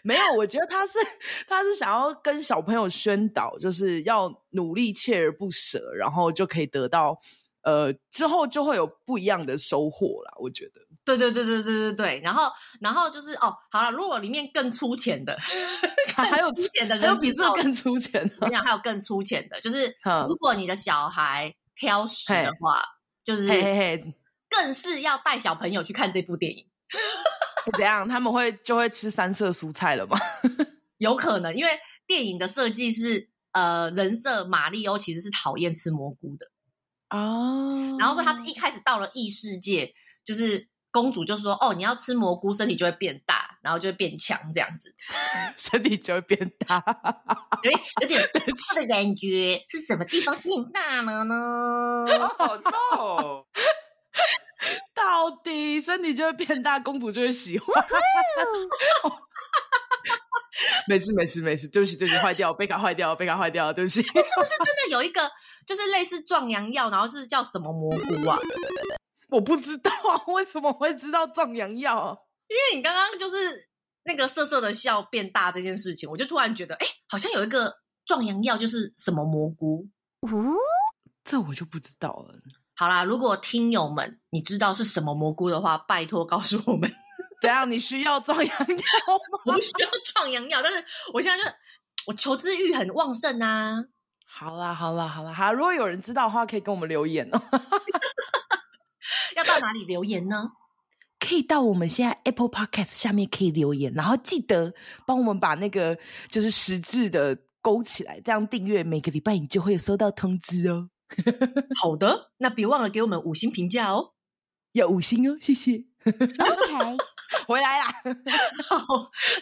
[SPEAKER 2] 没有，我觉得他是他是想要跟小朋友宣导，就是要努力锲而不舍，然后就可以得到呃之后就会有不一样的收获啦。我觉得
[SPEAKER 1] 对对对对对对对，然后然后就是哦，好了，如果里面更粗浅的，
[SPEAKER 2] 还有
[SPEAKER 1] 粗浅的
[SPEAKER 2] 还
[SPEAKER 1] 人
[SPEAKER 2] 有比
[SPEAKER 1] 生
[SPEAKER 2] 这
[SPEAKER 1] 道理
[SPEAKER 2] 更粗浅
[SPEAKER 1] 我
[SPEAKER 2] 的、
[SPEAKER 1] 跟你讲，还有更粗浅的， 就是
[SPEAKER 2] 嗯
[SPEAKER 1] 如果你的小孩挑食的话，就是
[SPEAKER 2] 嘿嘿嘿，
[SPEAKER 1] 更是要带小朋友去看这部电影，
[SPEAKER 2] 怎样？他们会就会吃三色蔬菜了吗？
[SPEAKER 1] 有可能因为电影的设计是呃人设马里欧其实是讨厌吃蘑菇的，
[SPEAKER 2] 哦
[SPEAKER 1] 然后说他一开始到了异世界，就是公主就说哦你要吃蘑菇，身体就会变大，然后就会变强这样 子，
[SPEAKER 2] 身体就会变大。
[SPEAKER 1] 有点有点这的感觉是什么地方变大了 呢？
[SPEAKER 2] 好哦痛！ 到底身体就会变大，公主就会喜欢。 没事没事没事，对不起对不起，坏掉，贝卡坏掉，贝卡坏掉，对不起。
[SPEAKER 1] 是不是真的有一个就是类似壮阳药，然后是叫什么蘑菇啊？
[SPEAKER 2] 我不知道为什么会知道壮阳药，
[SPEAKER 1] 因为你刚刚就是那个涩涩的笑变大这件事情，我就突然觉得，哎，好像有一个壮阳药，就是什么蘑菇。
[SPEAKER 2] 这我就不知道了。
[SPEAKER 1] 好啦，如果听友们你知道是什么蘑菇的话，拜托告诉我们。
[SPEAKER 2] 怎样？你需要壮阳药吗？
[SPEAKER 1] 我不需要壮阳药，但是我现在就我求知欲很旺盛啊。
[SPEAKER 2] 好啦好啦好啦好啦，如果有人知道的话，可以跟我们留言哦。
[SPEAKER 1] 要到哪里留言呢？
[SPEAKER 2] 可以到我们现在 Apple Podcast 下面可以留言，然后记得帮我们把那个就是实质的勾起来，这样订阅每个礼拜你就会收到通知哦，
[SPEAKER 1] 好的，那别忘了给我们五星评价哦。
[SPEAKER 2] 要五星哦，谢谢。
[SPEAKER 4] OK，
[SPEAKER 2] 回来啦，
[SPEAKER 1] 好，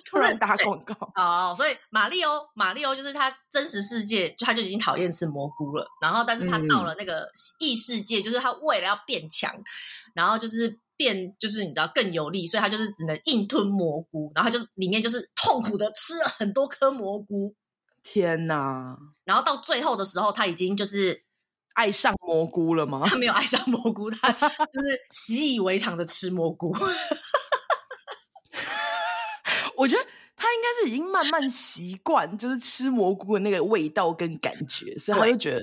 [SPEAKER 2] 突然打广告，
[SPEAKER 1] 哦，所以马里欧，马里欧就是他真实世界，就他就已经讨厌吃蘑菇了。然后，但是他
[SPEAKER 2] 嗯
[SPEAKER 1] 到了那个异世界，就是他为了要变强，然后就是变，就是你知道更有力，所以他就是只能硬吞蘑菇。然后他就是里面就是痛苦的吃了很多颗蘑菇，
[SPEAKER 2] 天哪，
[SPEAKER 1] 然后到最后的时候，他已经就是
[SPEAKER 2] 爱上蘑菇了吗？
[SPEAKER 1] 他没有爱上蘑菇，他就是习以为常的吃蘑菇。
[SPEAKER 2] 我觉得他应该是已经慢慢习惯，就是吃蘑菇的那个味道跟感觉，所以他
[SPEAKER 1] 对
[SPEAKER 2] 就觉得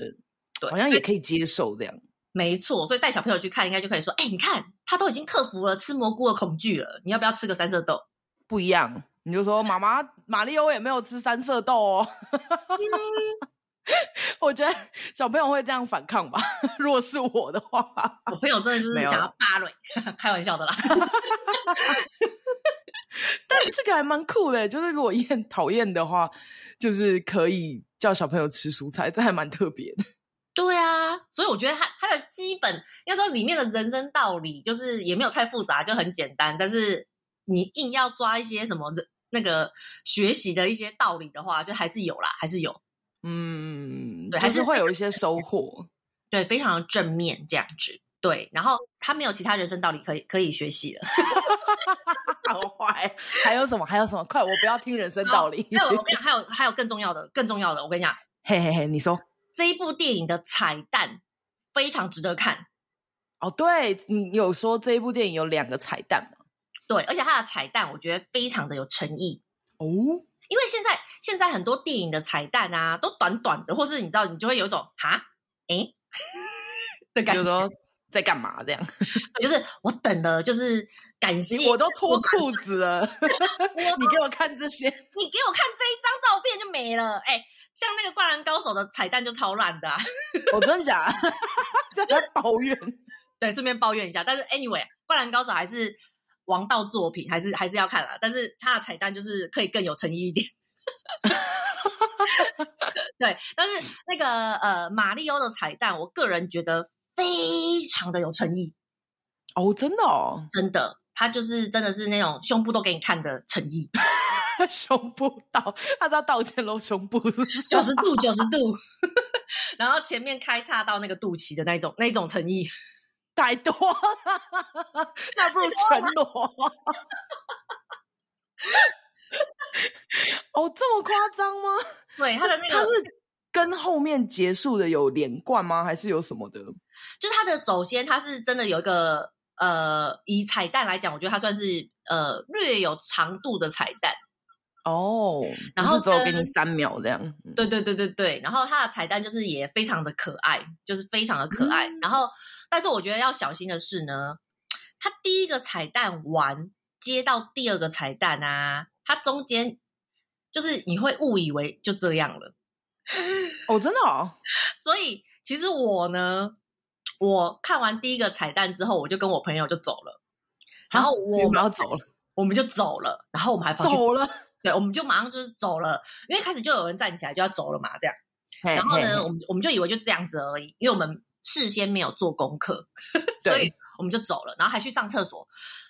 [SPEAKER 1] 对，
[SPEAKER 2] 好像
[SPEAKER 1] 所以
[SPEAKER 2] 也可以接受这样。
[SPEAKER 1] 没错，所以带小朋友去看，应该就可以说，哎、你看他都已经克服了吃蘑菇的恐惧了，你要不要吃个三色豆？
[SPEAKER 2] 不一样。你就说妈妈，马里欧也没有吃三色豆 哦。我觉得小朋友会这样反抗吧。 如果是我的话，
[SPEAKER 1] 我朋友真的就是
[SPEAKER 2] 没有
[SPEAKER 1] 想要
[SPEAKER 2] 了
[SPEAKER 1] 扒蕊， 开玩笑的啦。
[SPEAKER 2] 但这个还蛮酷的，欸就是如果厌 讨厌的话，就是可以叫小朋友吃蔬菜，这还蛮特别的。
[SPEAKER 1] 对啊， 所以我觉得他他的基本应该说里面的人生道理，就是也没有太复杂，就很简单。但是你硬要抓一些什么人那个学习的一些道理的话，就还是有啦，还是有。
[SPEAKER 2] 嗯，
[SPEAKER 1] 对
[SPEAKER 2] 就
[SPEAKER 1] 还是
[SPEAKER 2] 会有一些收获。
[SPEAKER 1] 对，非常正面这样子。对，然后他没有其他人生道理可以可以学习了。
[SPEAKER 2] 好坏， 哦还有什么？还有什么？快，我不要听人生道理。
[SPEAKER 1] 还有我跟你讲，还有还有更重要的，更重要的，我跟你讲，
[SPEAKER 2] 嘿嘿嘿，你说
[SPEAKER 1] 这一部电影的彩蛋非常值得看。
[SPEAKER 2] 哦？对你有说这一部电影有两个彩蛋吗？
[SPEAKER 1] 对，而且它的彩蛋我觉得非常的有诚意，
[SPEAKER 2] 哦，
[SPEAKER 1] 因为现在现在很多电影的彩蛋啊，都短短的，或是你知道，你就会有一种哈诶 的感
[SPEAKER 2] 就
[SPEAKER 1] 觉，
[SPEAKER 2] 说在干嘛这样？
[SPEAKER 1] 就是我等了，就是感谢
[SPEAKER 2] 我都脱裤子 了，
[SPEAKER 1] 我
[SPEAKER 2] 你给我看这些。
[SPEAKER 1] 你给我看这一张照片就没了。哎、像那个《灌篮高手》的彩蛋就超烂的、啊。
[SPEAKER 2] 我真的假的？ 在那抱怨，
[SPEAKER 1] 对，顺便抱怨一下。但是 anyway，《灌篮高手》还是王道作品，还是还是要看啦。但是它的彩蛋就是可以更有诚意一点。 对，但是那个呃，马里欧的彩蛋，我个人觉得非常的有诚意，
[SPEAKER 2] 哦，真的哦，
[SPEAKER 1] 真的，他就是真的是那种胸部都给你看的诚意，
[SPEAKER 2] 胸部道， 他在道歉喽，胸部是不 是
[SPEAKER 1] 九十度，九十度， 然后前面开叉到那个肚脐的那种那种诚意。
[SPEAKER 2] 太多了，那不如全裸。 哦，这么夸张吗？
[SPEAKER 1] 对，哎他的那
[SPEAKER 2] 他
[SPEAKER 1] 个
[SPEAKER 2] 是跟后面结束的有连贯吗？还是有什么的？
[SPEAKER 1] 就是它的首先它是真的有一个呃，以彩蛋来讲，我觉得它算是呃略有长度的彩蛋。
[SPEAKER 2] 哦，
[SPEAKER 1] 然
[SPEAKER 2] 不是
[SPEAKER 1] 后
[SPEAKER 2] 只有给你
[SPEAKER 1] 跟
[SPEAKER 2] 三秒这样。嗯
[SPEAKER 1] 对对对对对，然后它的彩蛋就是也非常的可爱，就是非常的可爱。然后，但是我觉得要小心的是呢，它第一个彩蛋完接到第二个彩蛋啊，它中间就是你会误以为就这样了，
[SPEAKER 2] 哦，真的哦，
[SPEAKER 1] 所以其实我呢。我看完第一个彩蛋之后，我就跟我朋友就走了，然
[SPEAKER 2] 啊
[SPEAKER 1] 后我
[SPEAKER 2] 们要走了，
[SPEAKER 1] 我们就走了，然后我们还 跑去
[SPEAKER 2] 走了。
[SPEAKER 1] 对，我们就马上就是走了，因为开始就有人站起来就要走了嘛，这样。
[SPEAKER 2] 然
[SPEAKER 1] 然后呢，我们我们就以为就这样子而已，因为我们事先没有做功课， 所以
[SPEAKER 2] 对
[SPEAKER 1] 我们就走了，然后还去上厕所，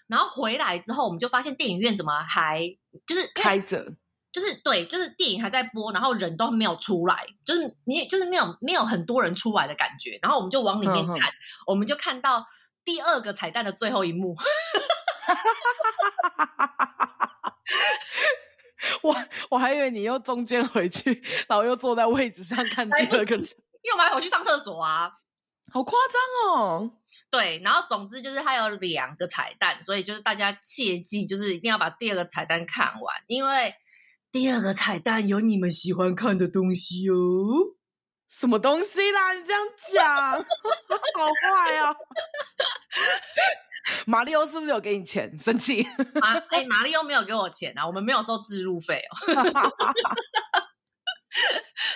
[SPEAKER 1] 然后回来之后，我们就发现电影院怎么还就是因为
[SPEAKER 2] 开着，
[SPEAKER 1] 就是对，就是电影还在播，然后人都没有出来，就是你就是没有没有很多人出来的感觉，然后我们就往里面
[SPEAKER 2] 嗯
[SPEAKER 1] 看，
[SPEAKER 2] 哼
[SPEAKER 1] 我们就看到第二个彩蛋的最后一幕，
[SPEAKER 2] 我 我还以为你又中间回去，然后又坐在位置上看
[SPEAKER 1] 哎
[SPEAKER 2] 第二个，
[SPEAKER 1] 因为我们还跑去上厕所啊，
[SPEAKER 2] 好夸张哦！
[SPEAKER 1] 对，然后总之就是它有两个彩蛋，所以就是大家切记，就是一定要把第二个彩蛋看完，因为第二个彩蛋有你们喜欢看的东西哦。
[SPEAKER 2] 什么东西啦？你这样讲， 好坏 哦！马里奥是不是有给你钱？生气？
[SPEAKER 1] 马哎，马里奥没有给我钱啊，我们没有收置入费哦，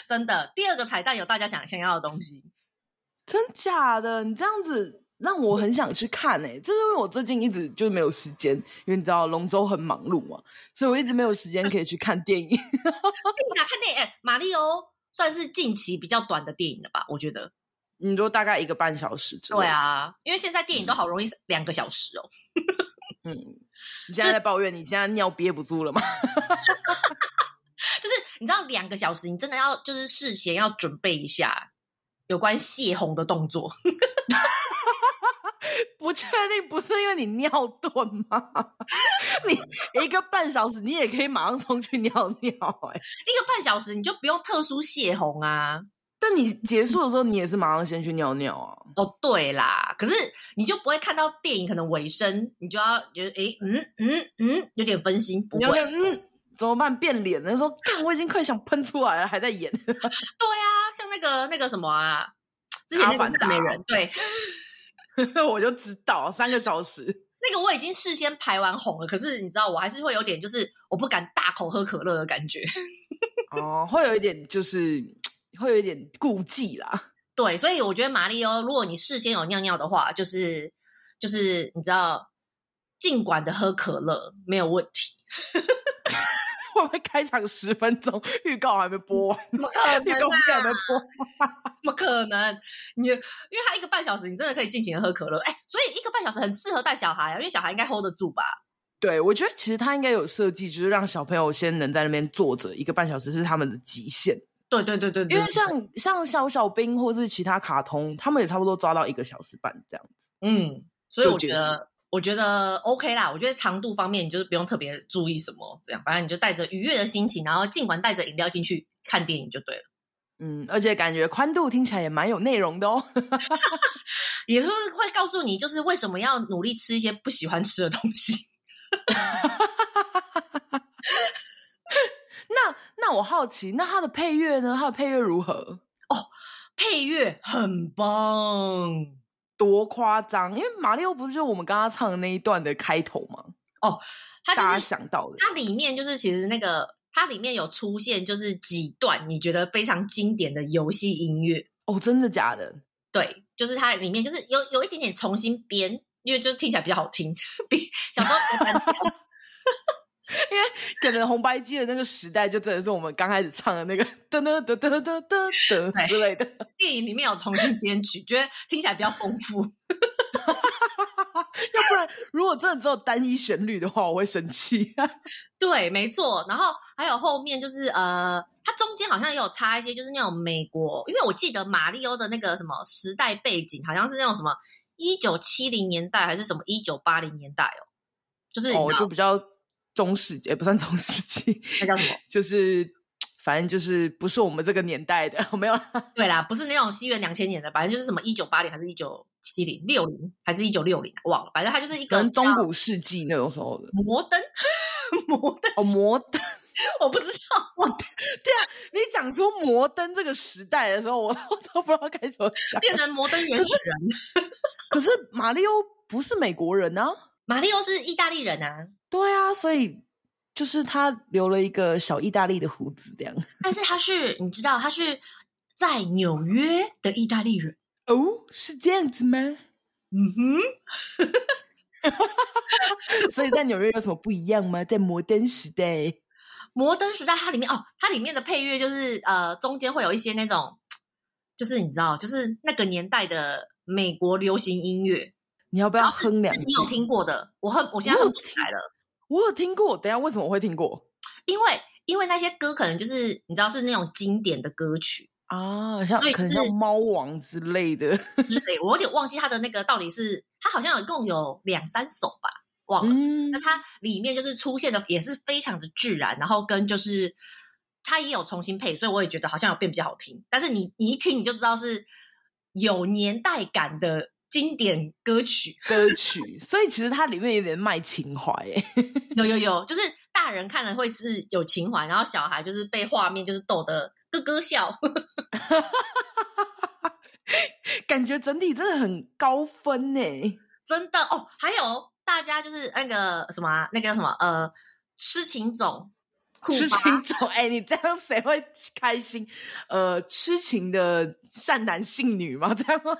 [SPEAKER 1] 真的。第二个彩蛋有大家想想要的东西，
[SPEAKER 2] 真假的？你这样子让我很想去看诶、就是因为我最近一直就没有时间，因为你知道龙舟很忙碌嘛，所以我一直没有时间可以去看电影。
[SPEAKER 1] 你哪看电影？哎，马里奥算是近期比较短的电影了吧？我觉得。
[SPEAKER 2] 你说大概一个半小时之类的
[SPEAKER 1] 对，啊，因为现在电影都好容易两个小时哦。
[SPEAKER 2] 嗯，你现在在抱怨你现在尿憋不住了吗？
[SPEAKER 1] 就是你知道两个小时，你真的要就是事先要准备一下有关泄洪的动作。
[SPEAKER 2] 不确定，不是因为你尿遁吗？ 你一个半小时，你也可以马上冲去尿尿哎、
[SPEAKER 1] 一个半小时你就不用特殊泄洪啊。
[SPEAKER 2] 但你结束的时候，你也是马上先去尿尿啊？
[SPEAKER 1] 哦，对啦，可是你就不会看到电影可能尾声，你就要觉得诶，嗯嗯嗯，有点分心，不
[SPEAKER 2] 你
[SPEAKER 1] 会。
[SPEAKER 2] 要尿嗯，怎么办？变脸了？说干，我已经快想喷出来了，还在演。
[SPEAKER 1] 对啊，像那个那个什么啊，之前那
[SPEAKER 2] 阿
[SPEAKER 1] 个
[SPEAKER 2] 凡达
[SPEAKER 1] 赞美人，对，
[SPEAKER 2] 我就知道三个小时，
[SPEAKER 1] 那个我已经事先排完红了，可是你知道我还是会有点就是我不敢大口喝可乐的感觉。
[SPEAKER 2] 哦，会有一点就是会有一点顾忌 啦。
[SPEAKER 1] 对，所以我觉得马里欧，如果你事先有尿尿的话，就是就是你知道，尽管的喝可乐没有问 题，
[SPEAKER 2] 会不会开场十分钟，预告还没播完？
[SPEAKER 1] 怎么可
[SPEAKER 2] 预告片还没播完？
[SPEAKER 1] 怎么可能？你因为他一个半小时，你真的可以尽情的喝可乐，哎，所以一个半小时很适合带小孩啊，因为小孩应该 hold 得住吧？
[SPEAKER 2] 对，我觉得其实他应该有设计，就是让小朋友先能在那边坐着一个半小时是他们的极限。
[SPEAKER 1] 对对对对对，
[SPEAKER 2] 因为像像小小兵或是其他卡通，他们也差不多抓到一个小时半这样子。
[SPEAKER 1] 嗯，所以
[SPEAKER 2] 就
[SPEAKER 1] 我觉
[SPEAKER 2] 爵
[SPEAKER 1] 得我觉得 OK 啦，我觉得长度方面你就是不用特别注意什么，这样反正你就带着愉悦的心情，然后尽管带着饮料进去看电影就对了。
[SPEAKER 2] 嗯，而且感觉宽度听起来也蛮有内容的哦。
[SPEAKER 1] 也就是会告诉你，就是为什么要努力吃一些不喜欢吃的东西。
[SPEAKER 2] 那那我好奇，那它的配乐呢？它的配乐如何？
[SPEAKER 1] 配乐很棒
[SPEAKER 2] 多夸张？因为马里奥不是就我们刚刚唱的那一段的开头吗？
[SPEAKER 1] 它
[SPEAKER 2] 大家
[SPEAKER 1] 就是
[SPEAKER 2] 想到的，
[SPEAKER 1] 它里面就是其实那个它里面有出现就是几段你觉得非常经典的游戏音乐，
[SPEAKER 2] 哦，真的假的？
[SPEAKER 1] 对，就是它里面就是有有一点点重新编，因为就听起来比较好听，比小时候比较单调
[SPEAKER 2] 可能红白机的那个时代，就真的是我们刚开始唱的那个 噔噔噔噔噔噔
[SPEAKER 1] 对
[SPEAKER 2] 噔之类的。
[SPEAKER 1] 电影里面有重新编曲，觉得听起来比较丰富。
[SPEAKER 2] 要不然，如果真的只有单一旋律的话，我会生气。
[SPEAKER 1] 对，没错。然后还有后面就是呃，它中间好像也有插一些，就是那种美国，因为我记得马里欧的那个什么时代背景，好像是那种什么一九七零年代还是什么一九八零年代哦，就是你知道、
[SPEAKER 2] 哦，就比较中世纪，也不算中世纪，
[SPEAKER 1] 那叫什么？
[SPEAKER 2] 就是反正就是不是我们这个年代的，没有啦。
[SPEAKER 1] 对啦，不是那种西元两千年的，反正就是什么一九八零还是一九七零六零还是一九六零，啊忘了，反正它就是一
[SPEAKER 2] 可
[SPEAKER 1] 个
[SPEAKER 2] 能中
[SPEAKER 1] 比较
[SPEAKER 2] 古世纪那种时候的。
[SPEAKER 1] 摩登 摩登，
[SPEAKER 2] 哦，摩登，
[SPEAKER 1] 我不知道，我
[SPEAKER 2] 你讲出摩登这个时代的时候，我 都都不知道该怎么想。
[SPEAKER 1] 变成摩登原始人。
[SPEAKER 2] 可是马里奥不是美国人啊，
[SPEAKER 1] 马里欧是意大利人啊，
[SPEAKER 2] 对啊，所以就是他留了一个小意大利的胡子这样。
[SPEAKER 1] 但是他是，你知道，他是在纽约的意大利人。
[SPEAKER 2] 哦，是这样子吗？
[SPEAKER 1] 嗯哼，
[SPEAKER 2] 所以在纽约有什么不一样吗？在摩登时代，
[SPEAKER 1] 摩登时代它里面哦，它里面的配乐就是呃，中间会有一些那种，就是你知道，就是那个年代的美国流行音乐，
[SPEAKER 2] 你要不要
[SPEAKER 1] 然后是
[SPEAKER 2] 哼两
[SPEAKER 1] 是
[SPEAKER 2] 句
[SPEAKER 1] 你？有听过的？我哼，我现在
[SPEAKER 2] 我有
[SPEAKER 1] 哼不起来了，
[SPEAKER 2] 我有听过，等一下为什么我会听过
[SPEAKER 1] 因为因为那些歌可能就是你知道是那种经典的歌曲
[SPEAKER 2] 啊？像
[SPEAKER 1] 所以
[SPEAKER 2] 可能
[SPEAKER 1] 是
[SPEAKER 2] 像猫王之类的，
[SPEAKER 1] 之 类，我有点忘记它的那个到底是，它好像一共有两三首吧， 忘了。
[SPEAKER 2] 嗯
[SPEAKER 1] 哦那，它里面就是出现的也是非常的自然，然后跟就是它也有重新配，所以我也觉得好像有变比较好听。但是你你一听你就知道是有年代感的经典歌曲，
[SPEAKER 2] 歌曲，所以其实它里面有点卖情怀欸诶。
[SPEAKER 1] 有有有，就是大人看了会是有情怀，然后小孩就是被画面就是逗得咯咯笑。
[SPEAKER 2] 感觉整体真的很高分欸呢。
[SPEAKER 1] 真的哦，还有大家就是那个什么啊、那个叫什么呃，痴情种，酷
[SPEAKER 2] 痴
[SPEAKER 1] 吧
[SPEAKER 2] 情种，哎、你这样谁会开心？呃，痴情的善男信女吗？这样吗？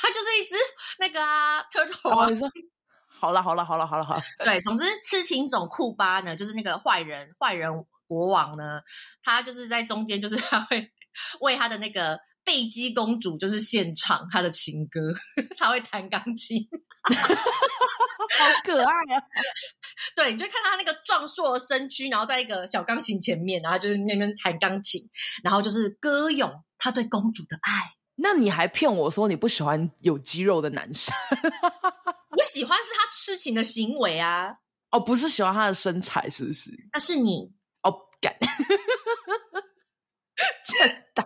[SPEAKER 1] 它就是一只那个啊 turtle 啊
[SPEAKER 2] 哦，你说 好了，好了，好了，好了，好哦了，
[SPEAKER 1] 对，总之，痴情种库巴呢，就是那个坏人，坏人国王呢，他就是在中间，就是他会为他的那个贝基公主，就是献唱他的情歌， 他会弹钢琴。
[SPEAKER 2] 好可爱啊！
[SPEAKER 1] 对，你就看他那个壮硕的身躯，然后在一个小钢琴前面，然后就是那边弹钢琴，然后就是歌咏他对公主的爱。
[SPEAKER 2] 那你还骗我说你不喜欢有肌肉的男生？
[SPEAKER 1] 我喜欢是他痴情的行为啊，
[SPEAKER 2] 哦，不是喜欢他的身材，是不是？
[SPEAKER 1] 那是你。
[SPEAKER 2] 哦，干， 真打。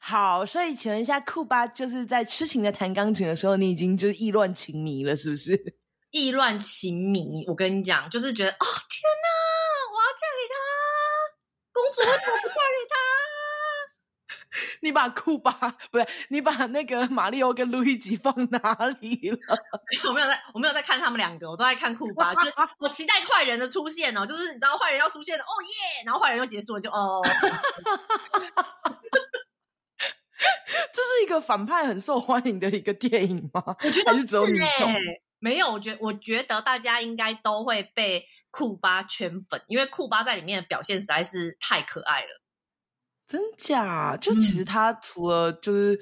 [SPEAKER 2] 好，所以请问一下，库巴就是在痴情的弹钢琴的时候，你已经就是意乱情迷了，是不是？
[SPEAKER 1] 意乱情迷，我跟你讲，就是觉得哦天哪，我要嫁给他，公主为什么不嫁给他？
[SPEAKER 2] 你把库巴不是你把那个马里奥跟路易吉放哪 里了？
[SPEAKER 1] 我没有在，我没有在看他们两个，我都在看库巴，就是我期待坏人的出现哦，就是你知道坏人要出现了，哦耶，然后坏人又结束了，就 哦，
[SPEAKER 2] 这是一个反派很受欢迎的一个电影吗？
[SPEAKER 1] 我觉
[SPEAKER 2] 还是只有你
[SPEAKER 1] 欸
[SPEAKER 2] 中？
[SPEAKER 1] 没有，我觉我觉得大家应该都会被库巴圈粉，因为库巴在里面的表现实在是太可爱了。
[SPEAKER 2] 真假？就其
[SPEAKER 1] 嗯
[SPEAKER 2] 实他除了就是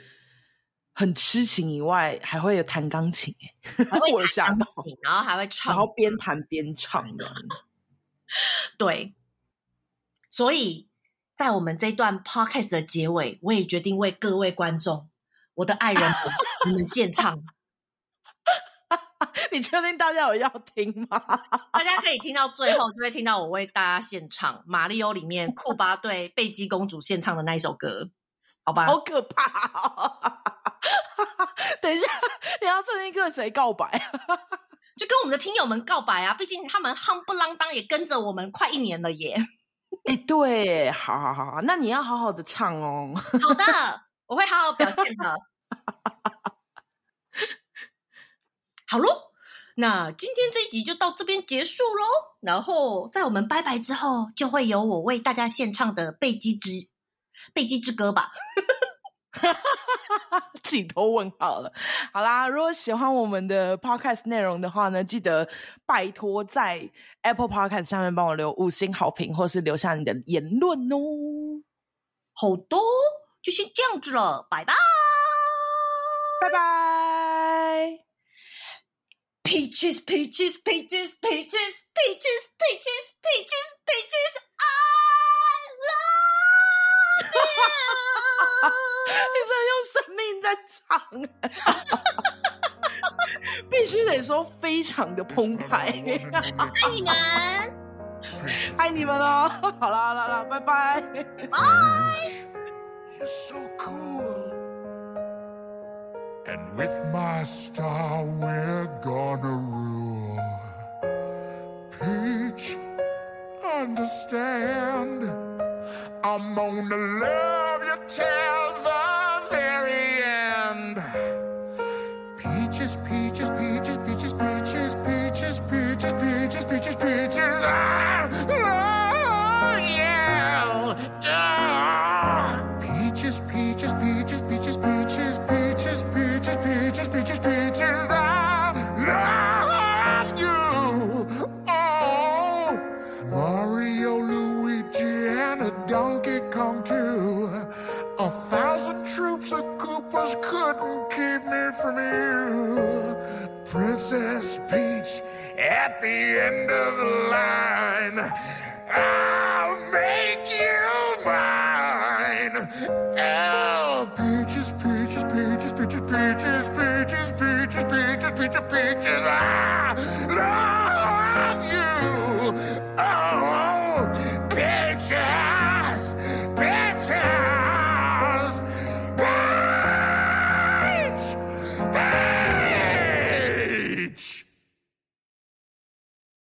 [SPEAKER 2] 很痴情以外，还会有弹钢琴、欸，
[SPEAKER 1] 还会
[SPEAKER 2] 我有吓到，
[SPEAKER 1] 弹钢琴哦然后还会
[SPEAKER 2] 然
[SPEAKER 1] 唱
[SPEAKER 2] 后边弹边唱的。
[SPEAKER 1] 对，所以在我们这段 podcast 的结尾，我也决定为各位观众，我的爱人们，你们献唱，
[SPEAKER 2] 你确定大家有要听吗？
[SPEAKER 1] 大家可以听到最后，就会听到我为大家献唱《马里欧》里面库巴对贝基公主献唱的那一首歌，好吧？
[SPEAKER 2] 好可怕、哦！ 等一下，你要最近跟谁告白啊？
[SPEAKER 1] 就跟我们的听友们告白啊！毕竟他们夯不啷当也跟着我们快一年了耶。
[SPEAKER 2] 哎、对，好好好好，那你要好好的唱哦。
[SPEAKER 1] 好的，我会好好表现 的。好喽，那今天这一集就到这边结束喽。然后在我们拜拜之后，就会有我为大家献唱的《贝基之贝基之歌》吧。
[SPEAKER 2] 自己都问好了。好啦，如果喜欢我们的 podcast 内容的话呢，记得拜托在 Apple Podcast 下面帮我留五星好评，或是留下你的言论哦。
[SPEAKER 1] 好的，就先这样子了，拜拜。
[SPEAKER 2] 拜拜。
[SPEAKER 1] Peaches, peaches, peaches, peaches, peaches, peaches, peaches, peaches. I love you.
[SPEAKER 2] 你真的用生命在唱、 必须得说非常的澎湃，
[SPEAKER 1] 爱你们。
[SPEAKER 2] 爱你们喽！好啦好啦好啦，拜拜。
[SPEAKER 3] You're so cool. And with my star, we're gonna rule. Peach, understand. I'm gonna love you till the very end. Peaches, peaches, peaches, peaches, peaches, peaches, peaches, peaches, peaches, peaches. Ah, oh, yeah. Ah. Peaches, peaches, peaches, peaches, peaches, peaches, peaches, peaches, peaches, peaches. ah. I love you. Oh, Mario, Luigi, and a Donkey Kong too. A thousand troops of Koopas couldn't keep me from you. Princess Peach at the end of the line. I'll make you mine. Oh, peaches, peaches, peaches, peaches, peaches, peaches, peaches, peaches, peaches, peaches. I love you. Oh,